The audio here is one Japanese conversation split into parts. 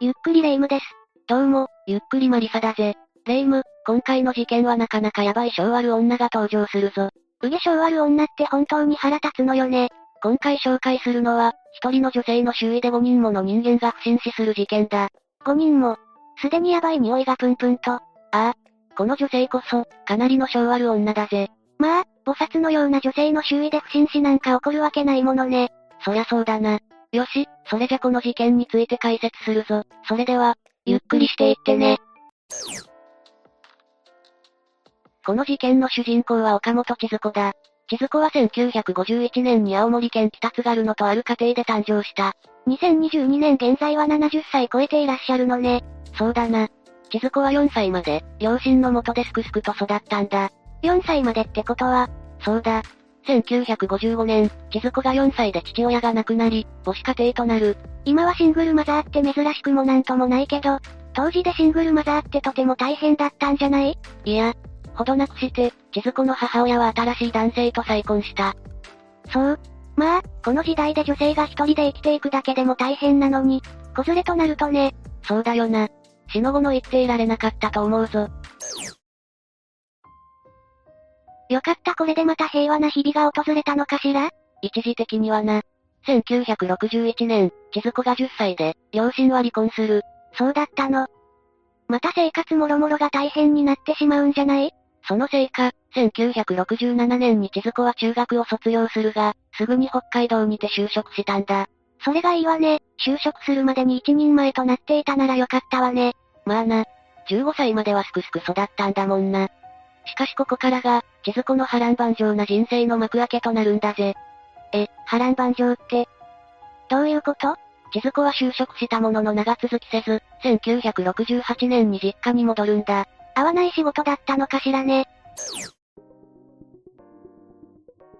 ゆっくりレ夢ムです。どうも、ゆっくりマリサだぜ。レイム、今回の事件はなかなかヤバい性ある女が登場するぞ。うげ性ある女って本当に腹立つのよね。今回紹介するのは、一人の女性の周囲で5人もの人間が不審死する事件だ。 5人も。すでにヤバい匂いがプンプンと。ああ。この女性こそ、かなりの性ある女だぜ。まあ、菩薩のような女性の周囲で不審死なんか起こるわけないものね。そりゃそうだな。よし、それじゃこの事件について解説するぞ。それでは、ゆっくりしていってね。この事件の主人公は岡本千鶴子だ。千鶴子は1951年に青森県北津軽のとある家庭で誕生した。 2022年現在は70歳超えていらっしゃるのね。そうだな。千鶴子は4歳まで、両親のもとですくすくと育ったんだ。 4歳までってことは、そうだ。1955年、千鶴子が4歳で父親が亡くなり、母子家庭となる。今はシングルマザーって珍しくもなんともないけど、当時でシングルマザーってとても大変だったんじゃないいや、ほどなくして、千鶴子の母親は新しい男性と再婚した。そう。まあ、この時代で女性が一人で生きていくだけでも大変なのに、子連れとなるとね。そうだよな。死の後の言っていられなかったと思うぞ。よかったこれでまた平和な日々が訪れたのかしら一時的にはな。1961年、千鶴子が10歳で、両親は離婚する。そうだったの。また生活もろもろが大変になってしまうんじゃないそのせいか、1967年に千鶴子は中学を卒業するが、すぐに北海道にて就職したんだ。それがいいわね。就職するまでに一人前となっていたならよかったわね。まあな。15歳まではすくすく育ったんだもんな。しかしここからが、千鶴子の波乱万丈な人生の幕開けとなるんだぜ。え、波乱万丈って、どういうこと千鶴子は就職したものの長続きせず、1968年に実家に戻るんだ。合わない仕事だったのかしらね。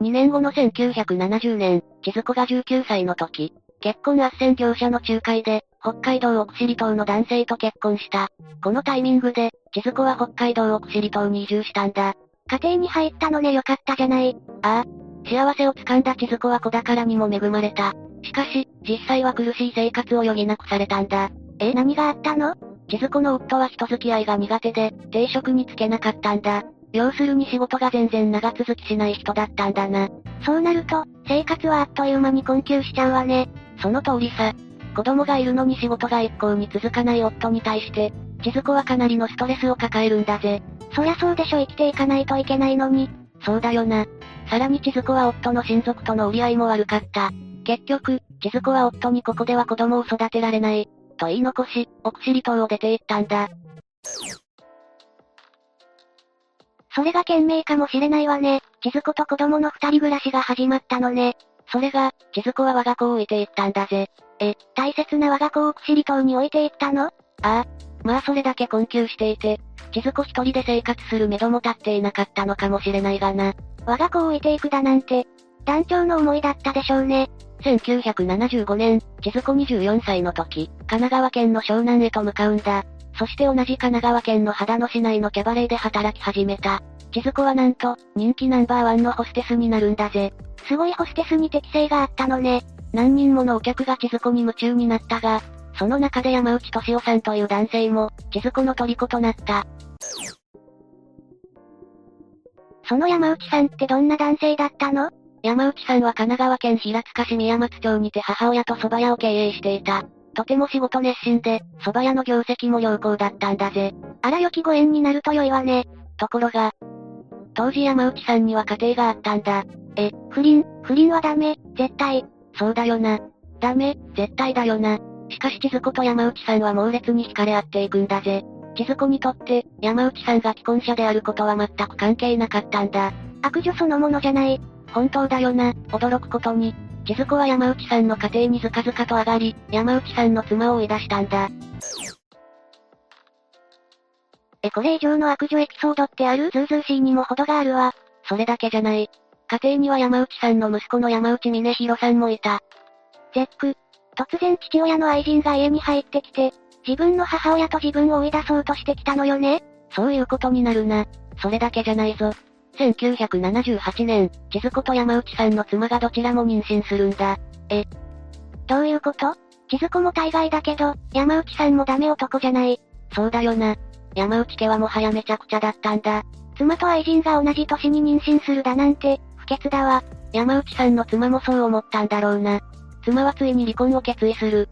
2年後の1970年、千鶴子が19歳の時、結婚斡旋業者の仲介で、北海道奥尻島の男性と結婚した。このタイミングで、千鶴子は北海道奥尻島に移住したんだ。家庭に入ったのねよかったじゃない。ああ。幸せをつかんだ千鶴子は子宝にも恵まれた。しかし、実際は苦しい生活を余儀なくされたんだ。え、何があったの千鶴子の夫は人付き合いが苦手で、定職に就けなかったんだ。要するに仕事が全然長続きしない人だったんだな。そうなると、生活はあっという間に困窮しちゃうわね。その通りさ。子供がいるのに仕事が一向に続かない夫に対して、千鶴子はかなりのストレスを抱えるんだぜ。そりゃそうでしょ生きていかないといけないのに。そうだよな。さらに千鶴子は夫の親族との折り合いも悪かった。結局、千鶴子は夫にここでは子供を育てられない、と言い残し、奥尻島を出て行ったんだ。それが賢明かもしれないわね。千鶴子と子供の二人暮らしが始まったのね。それが、千鶴子は我が子を置いていったんだぜ。え、大切な我が子を奥尻島に置いていったのああ。まあそれだけ困窮していて、千鶴子一人で生活する目処も立っていなかったのかもしれないがな。我が子を置いていくだなんて、団長の思いだったでしょうね。 1975年、千鶴子24歳の時、神奈川県の湘南へと向かうんだ。そして同じ神奈川県の秦野市内のキャバレーで働き始めた。千鶴子はなんと、人気ナンバーワンのホステスになるんだぜ。すごいホステスに適性があったのね。何人ものお客が千鶴子に夢中になったが、その中で山内俊夫さんという男性も、千鶴子の虜となった。その山内さんってどんな男性だったの山内さんは神奈川県平塚市宮松町にて母親と蕎麦屋を経営していた。とても仕事熱心で、蕎麦屋の業績も良好だったんだぜ。あら良きご縁になると良いわね。ところが、当時山内さんには家庭があったんだ。え、不倫、不倫はダメ、絶対。そうだよな。ダメ、絶対だよな。しかし千鶴子と山内さんは猛烈に惹かれ合っていくんだぜ。千鶴子にとって、山内さんが既婚者であることは全く関係なかったんだ。悪女そのものじゃない。本当だよな、驚くことに。千鶴子は山内さんの家庭にずかずかと上がり、山内さんの妻を追い出したんだ。え、これ以上の悪女エピソードってあるずうずうしいにも程があるわ。それだけじゃない。家庭には山内さんの息子の山内峰弘さんもいた。ゼック。突然父親の愛人が家に入ってきて、自分の母親と自分を追い出そうとしてきたのよね。そういうことになるな。それだけじゃないぞ。1978年、千鶴子と山内さんの妻がどちらも妊娠するんだ。えどういうこと千鶴子も大概だけど、山内さんもダメ男じゃない。そうだよな。山内家はもはやめちゃくちゃだったんだ。妻と愛人が同じ年に妊娠するだなんて、不潔だわ。山内さんの妻もそう思ったんだろうな。妻はついに離婚を決意する。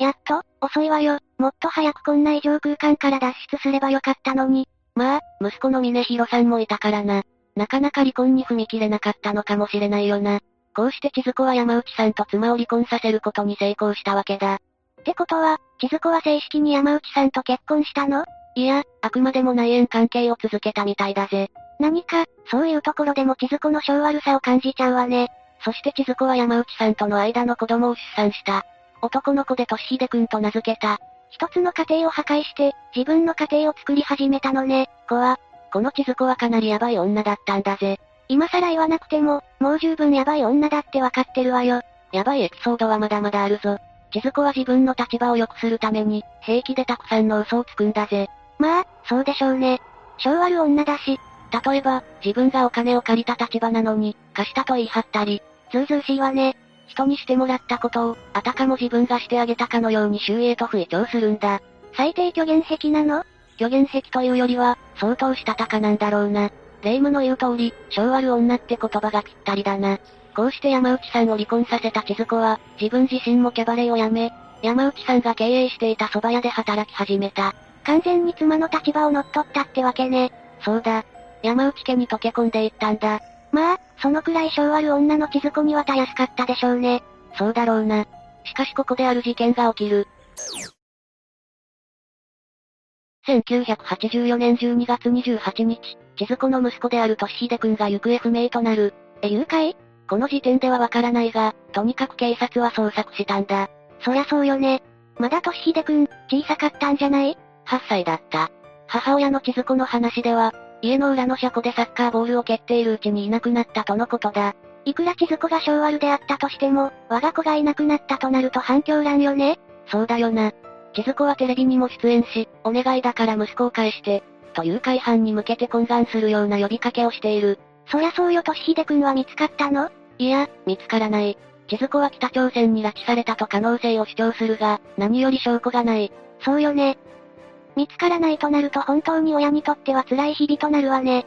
やっと、遅いわよ。もっと早くこんな異常空間から脱出すればよかったのに。まあ、息子の峰広さんもいたからな。なかなか離婚に踏み切れなかったのかもしれないよな。こうして千鶴子は山内さんと妻を離婚させることに成功したわけだ。ってことは、千鶴子は正式に山内さんと結婚したのいや、あくまでも内縁関係を続けたみたいだぜ。何か、そういうところでも千鶴子の性悪さを感じちゃうわね。そして千鶴子は山内さんとの間の子供を出産した。男の子で俊秀くんと名付けた。一つの家庭を破壊して、自分の家庭を作り始めたのね。子は、この千鶴子はかなりヤバい女だったんだぜ。今更言わなくても、もう十分ヤバい女だってわかってるわよ。ヤバいエピソードはまだまだあるぞ。千鶴子は自分の立場を良くするために、平気でたくさんの嘘をつくんだぜ。まあ、そうでしょうね。性悪女だし。例えば、自分がお金を借りた立場なのに、貸したと言い張ったり、ずうずうしいわね。人にしてもらったことを、あたかも自分がしてあげたかのように周囲へと不意調するんだ。最低虚言癖なの虚言癖というよりは、相当したたかなんだろうな。霊夢の言う通り、性悪女って言葉がぴったりだな。こうして山内さんを離婚させた千鶴子は、自分自身もキャバレーを辞め、山内さんが経営していた蕎麦屋で働き始めた。完全に妻の立場を乗っ取ったってわけね。そうだ。山内家に溶け込んでいったんだ。まあ、そのくらい性悪女の千鶴子にはたやすかったでしょうね。そうだろうな。しかしここである事件が起きる。1984年12月28日、千鶴子の息子である俊秀くんが行方不明となる。え、誘拐この時点ではわからないが、とにかく警察は捜索したんだ。そりゃそうよね。まだ俊秀くん、小さかったんじゃない ?8 歳だった。母親の千鶴子の話では、家の裏の車庫でサッカーボールを蹴っているうちにいなくなったとのことだ。いくら千鶴子が性悪であったとしても、我が子がいなくなったとなると反響欄よね。そうだよな。千鶴子はテレビにも出演し、お願いだから息子を返して、と誘拐犯に向けて懇願するような呼びかけをしている。そりゃそうよ、としひでくんは見つかったのいや、見つからない。千鶴子は北朝鮮に拉致されたと可能性を主張するが、何より証拠がない。そうよね。見つからないとなると本当に親にとっては辛い日々となるわね。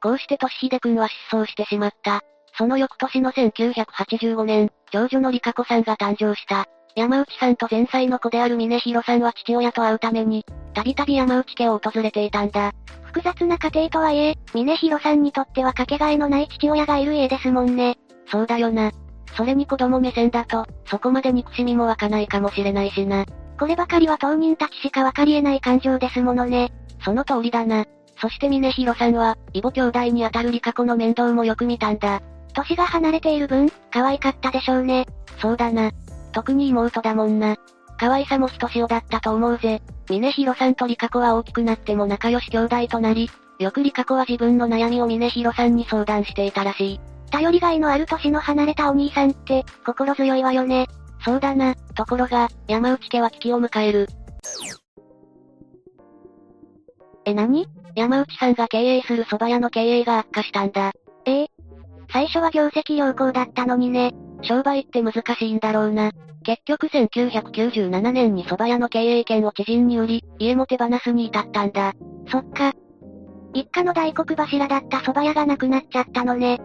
こうして俊秀くんは失踪してしまった。その翌年の1985年、長女の理香子さんが誕生した。山内さんと前妻の子である峰広さんは父親と会うために、たびたび山内家を訪れていたんだ。複雑な家庭とはいえ、峰広さんにとってはかけがえのない父親がいる家ですもんね。そうだよな。それに子供目線だと、そこまで憎しみも湧かないかもしれないしな。こればかりは当人たちしかわかり得ない感情ですものね。その通りだな。そして峰広さんは、異母兄弟にあたる理香子の面倒もよく見たんだ。歳が離れている分、可愛かったでしょうね。そうだな。特に妹だもんな。可愛さもひとしおだったと思うぜ。峰広さんと理香子は大きくなっても仲良し兄弟となり、よく理香子は自分の悩みを峰広さんに相談していたらしい。頼りがいのある年の離れたお兄さんって、心強いわよね。そうだな。ところが、山内家は危機を迎える。え、何山内さんが経営する蕎麦屋の経営が悪化したんだ。ええ、最初は業績良好だったのにね。商売って難しいんだろうな。結局1997年に蕎麦屋の経営権を知人に売り、家も手放すに至ったんだ。そっか。一家の大黒柱だった蕎麦屋がなくなっちゃったのね。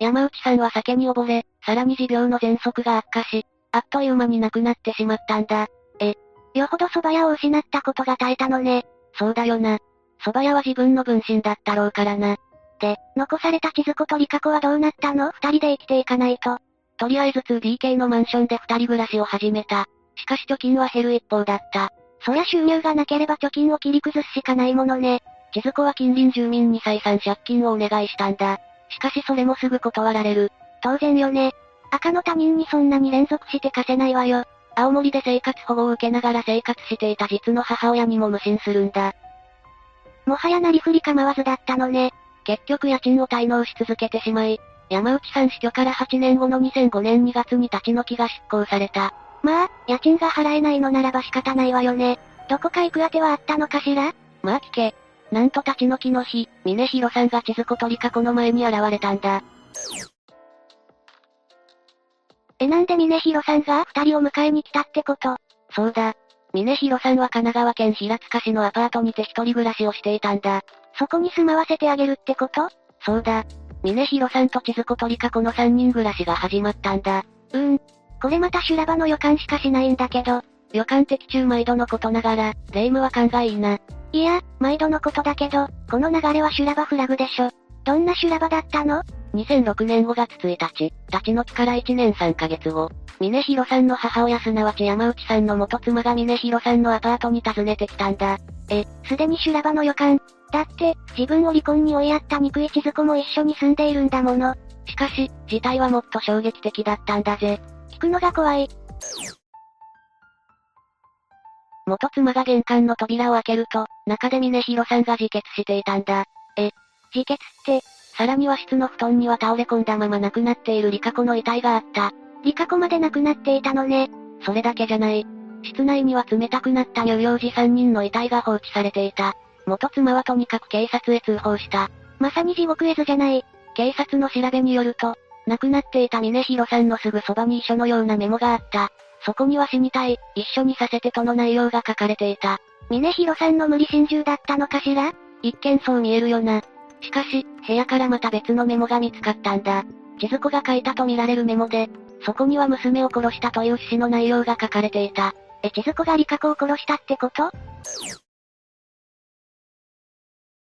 山内さんは酒に溺れ、さらに持病の喘息が悪化し、あっという間に亡くなってしまったんだ。え、よほど蕎麦屋を失ったことが耐えたのね。そうだよな。蕎麦屋は自分の分身だったろうからな。で、残された千鶴子と理香子はどうなったの二人で生きていかないと。とりあえず 2DK のマンションで二人暮らしを始めた。しかし貯金は減る一方だった。そりゃ収入がなければ貯金を切り崩すしかないものね。千鶴子は近隣住民に再三借金をお願いしたんだ。しかしそれもすぐ断られる。当然よね。赤の他人にそんなに連続して貸せないわよ。青森で生活保護を受けながら生活していた実の母親にも無心するんだ。もはやなりふり構わずだったのね。結局家賃を滞納し続けてしまい、山内さん死去から8年後の2005年2月に立ち退きが執行された。まあ、家賃が払えないのならば仕方ないわよね。どこか行く当てはあったのかしらまあ聞け。なんと立ち退きの日、峰広さんが千鶴子鳥かこの前に現れたんだ。え、なんで峰広さんが二人を迎えに来たってことそうだ。峰広さんは神奈川県平塚市のアパートにて一人暮らしをしていたんだ。そこに住まわせてあげるってことそうだ。峰広さんと千鶴子鳥かこの三人暮らしが始まったんだ。うーん。これまた修羅場の予感しかしないんだけど。予感的中毎度のことながら、霊夢は勘がいいな。いや、毎度のことだけど、この流れは修羅場フラグでしょ。どんな修羅場だったの2006年5月1日、立ち退きから1年3ヶ月後、峰広さんの母親すなわち山内さんの元妻が峰広さんのアパートに訪ねてきたんだ。え、すでに修羅場の予感。だって、自分を離婚に追いやった憎い千鶴子も一緒に住んでいるんだもの。しかし、事態はもっと衝撃的だったんだぜ。聞くのが怖い。元妻が玄関の扉を開けると、中で峰広さんが自決していたんだ。え、自決って、さらに和室の布団には倒れ込んだまま亡くなっているリカ子の遺体があった。リカ子まで亡くなっていたのね。それだけじゃない。室内には冷たくなった乳幼児3人の遺体が放置されていた。元妻はとにかく警察へ通報した。まさに地獄絵図じゃない。警察の調べによると、亡くなっていた峰広さんのすぐそばに遺書のようなメモがあった。そこには死にたい、一緒にさせてとの内容が書かれていた。峰広さんの無理心中だったのかしら一見そう見えるよな。しかし、部屋からまた別のメモが見つかったんだ。千鶴子が書いたと見られるメモで、そこには娘を殺したという詩の内容が書かれていた。え、千鶴子がリカ子を殺したってこと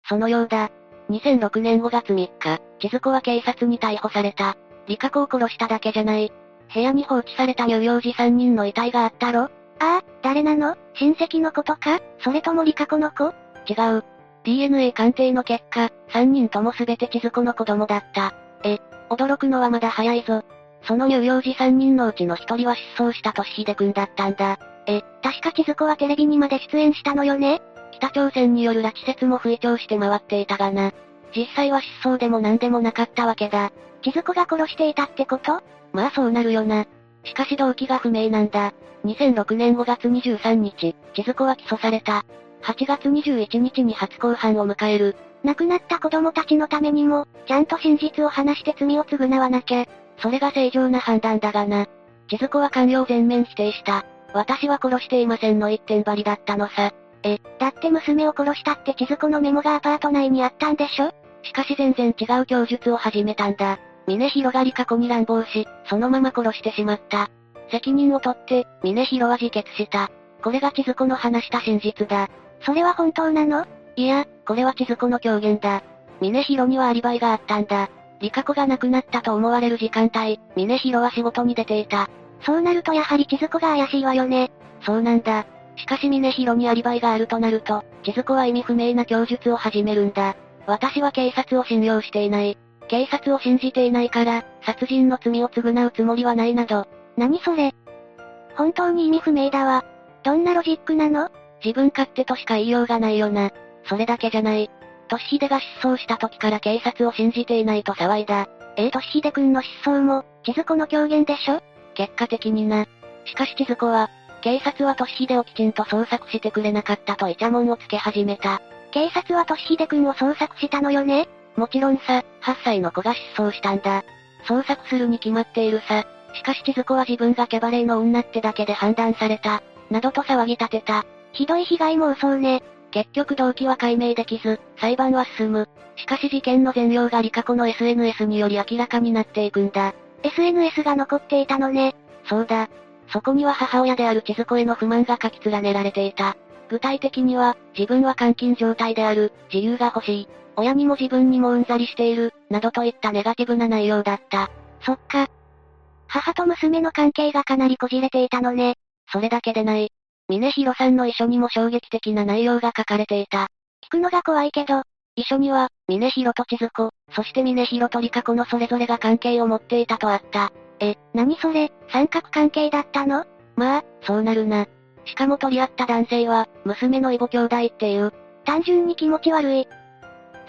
そのようだ。2006年5月3日、千鶴子は警察に逮捕された。リカ子を殺しただけじゃない。部屋に放置された乳幼児3人の遺体があったろああ、誰なの親戚の子とかそれともリカ子の子違う。DNA 鑑定の結果、3人とも全て千鶴子の子供だった。え、驚くのはまだ早いぞ。その乳幼児3人のうちの1人は失踪したとしひでくんだったんだ。え、確か千鶴子はテレビにまで出演したのよね北朝鮮による拉致説も吹聴して回っていたがな。実際は失踪でも何でもなかったわけだ。千鶴子が殺していたってことまあそうなるよな。しかし動機が不明なんだ。2006年5月23日、千鶴子は起訴された。8月21日に初公判を迎える。亡くなった子供たちのためにも、ちゃんと真実を話して罪を償わなきゃ。それが正常な判断だがな。千鶴子は関与を全面否定した。私は殺していませんの一点張りだったのさ。え、だって娘を殺したって千鶴子のメモがアパート内にあったんでしょしかし全然違う供述を始めたんだ。峰広がり過去に乱暴し、そのまま殺してしまった。責任を取って、峰広は自決した。これが千鶴子の話した真実だ。それは本当なのいや、これは千鶴子の狂言だ。峰広にはアリバイがあったんだ。リカ子が亡くなったと思われる時間帯、峰広は仕事に出ていた。そうなるとやはり千鶴子が怪しいわよね。そうなんだ。しかし峰広にアリバイがあるとなると、千鶴子は意味不明な供述を始めるんだ。私は警察を信用していない。警察を信じていないから、殺人の罪を償うつもりはないなど。何それ本当に意味不明だわ。どんなロジックなの自分勝手としか言いようがないよな。それだけじゃない。としひでが失踪した時から警察を信じていないと騒いだ。ええとしひでくんの失踪も、千鶴子の狂言でしょ結果的にな。しかし千鶴子は、警察はとしひでをきちんと捜索してくれなかったとイチャモンをつけ始めた。警察はとしひでくんを捜索したのよねもちろんさ、8歳の子が失踪したんだ。捜索するに決まっているさ。しかし千鶴子は自分がキャバレーの女ってだけで判断された。などと騒ぎ立てた。ひどい被害も嘘ね。結局動機は解明できず、裁判は進む。しかし事件の全容がリカ子の SNS により明らかになっていくんだ。 SNS が残っていたのね。そうだ。そこには母親である千鶴子への不満が書き連ねられていた。具体的には、自分は監禁状態である、自由が欲しい、親にも自分にもうんざりしている、などといったネガティブな内容だった。そっか。母と娘の関係がかなりこじれていたのね。それだけでない。峰広さんの遺書にも衝撃的な内容が書かれていた。聞くのが怖いけど、遺書には、峰広と千鶴子、そして峰広と理香子のそれぞれが関係を持っていたとあった。え、何それ、三角関係だったのまあ、そうなるな。しかも取り合った男性は、娘の異母兄弟っていう。単純に気持ち悪い。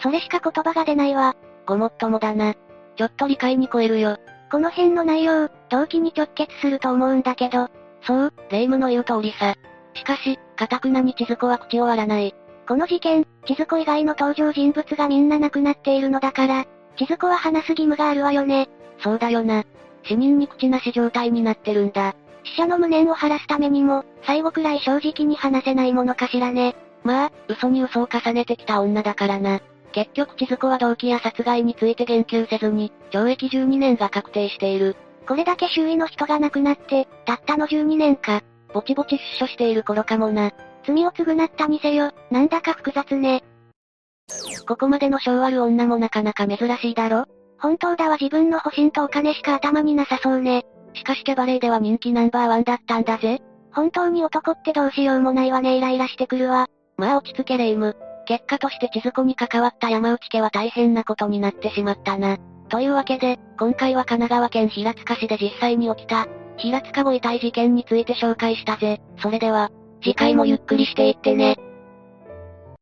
それしか言葉が出ないわ。ごもっともだな。ちょっと理解に超えるよ。この辺の内容、動機に直結すると思うんだけど。そう、霊夢の言う通りさ。しかし、かたくなに千鶴子は口を割らない。この事件、千鶴子以外の登場人物がみんな亡くなっているのだから、千鶴子は話す義務があるわよね。そうだよな。死人に口なし状態になってるんだ。死者の無念を晴らすためにも、最後くらい正直に話せないものかしらね。まあ、嘘に嘘を重ねてきた女だからな。結局千鶴子は動機や殺害について言及せずに、懲役12年が確定している。これだけ周囲の人が亡くなって、たったの12年か。ぼちぼち出所している頃かもな。罪を償ったにせよ、なんだか複雑ね。ここまでの性ある女もなかなか珍しいだろ本当だは自分の保身とお金しか頭になさそうね。しかしキャバレーでは人気ナンバーワンだったんだぜ。本当に男ってどうしようもないわねイライラしてくるわ。まあ落ち着けレイム。結果として千鶴子に関わった山内家は大変なことになってしまったな。というわけで、今回は神奈川県平塚市で実際に起きた、平塚ご遺体事件について紹介したぜ。それでは、次回もゆっくりしていってね。